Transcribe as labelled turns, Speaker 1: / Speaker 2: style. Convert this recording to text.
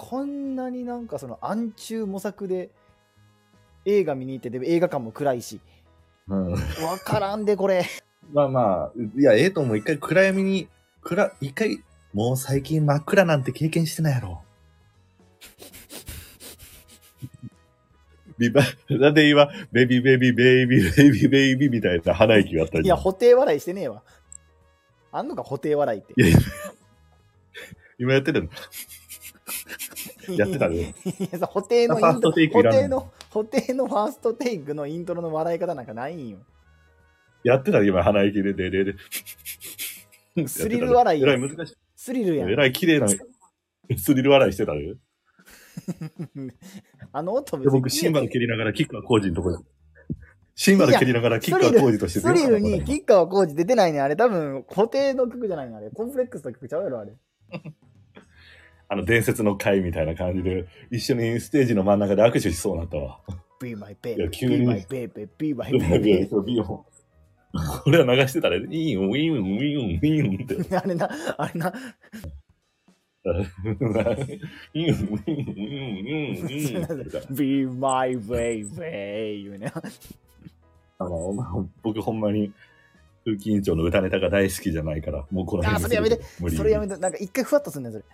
Speaker 1: こんなになんかその暗中模索で映画見に行ってで映画館も暗い し
Speaker 2: うん。
Speaker 1: わからんでこれ
Speaker 2: まあまあ、いや、ええと思う。一回暗闇に、暗、一回、もう最近真っ暗なんて経験してないやろ。ビバ、なんで今、ベビーベビーベイビーベイビーベイビーみたいな鼻息があった
Speaker 1: い
Speaker 2: り。
Speaker 1: や補定笑いしてねえわあんのか補定笑いって
Speaker 2: いや今やってるの。 やってたね。
Speaker 1: いやさ補定の
Speaker 2: フ
Speaker 1: イ
Speaker 2: ァー
Speaker 1: ン
Speaker 2: ス
Speaker 1: ト
Speaker 2: トテイク
Speaker 1: 補
Speaker 2: いら
Speaker 1: 定
Speaker 2: んの
Speaker 1: の補定のファーストテイクのイントロの笑い方なんかないんよ
Speaker 2: やってたね、今、鼻息で、で、で、で。
Speaker 1: スリル笑い
Speaker 2: えら
Speaker 1: や
Speaker 2: い
Speaker 1: ん
Speaker 2: 難しい。
Speaker 1: スリルや
Speaker 2: え
Speaker 1: ん
Speaker 2: らい綺麗な、スリル笑いしてたね。
Speaker 1: あの音別に
Speaker 2: で僕、シンバル蹴りながらキックは工事のところシンバル蹴りながらキックは工事として
Speaker 1: スリル
Speaker 2: 出よう
Speaker 1: に
Speaker 2: かな
Speaker 1: 吉川浩司出てないねんあれ多分固定の曲じゃないねんあれコンプレックスの曲ちゃうやろあれ
Speaker 2: あの伝説の会みたいな感じで、一緒にステージの真ん中で握手しそうになったわ。
Speaker 1: Be my
Speaker 2: い
Speaker 1: baby,
Speaker 2: や急に
Speaker 1: be my baby, be my
Speaker 2: ビ
Speaker 1: baby
Speaker 2: ヨン。俺は流してたら、いいよ、ウィンウィンウィンっ て。
Speaker 1: あれな、あれな、
Speaker 2: いいよウィンウィンウィンウィンって。
Speaker 1: Be my baby 言うね。
Speaker 2: あの、まあ僕ほんまに、風紀委員長の歌ネタが大好きじゃないから、もうこの
Speaker 1: あそれやめて
Speaker 2: 無理
Speaker 1: それやめて、なんか一回ふわっとすんねん、それ。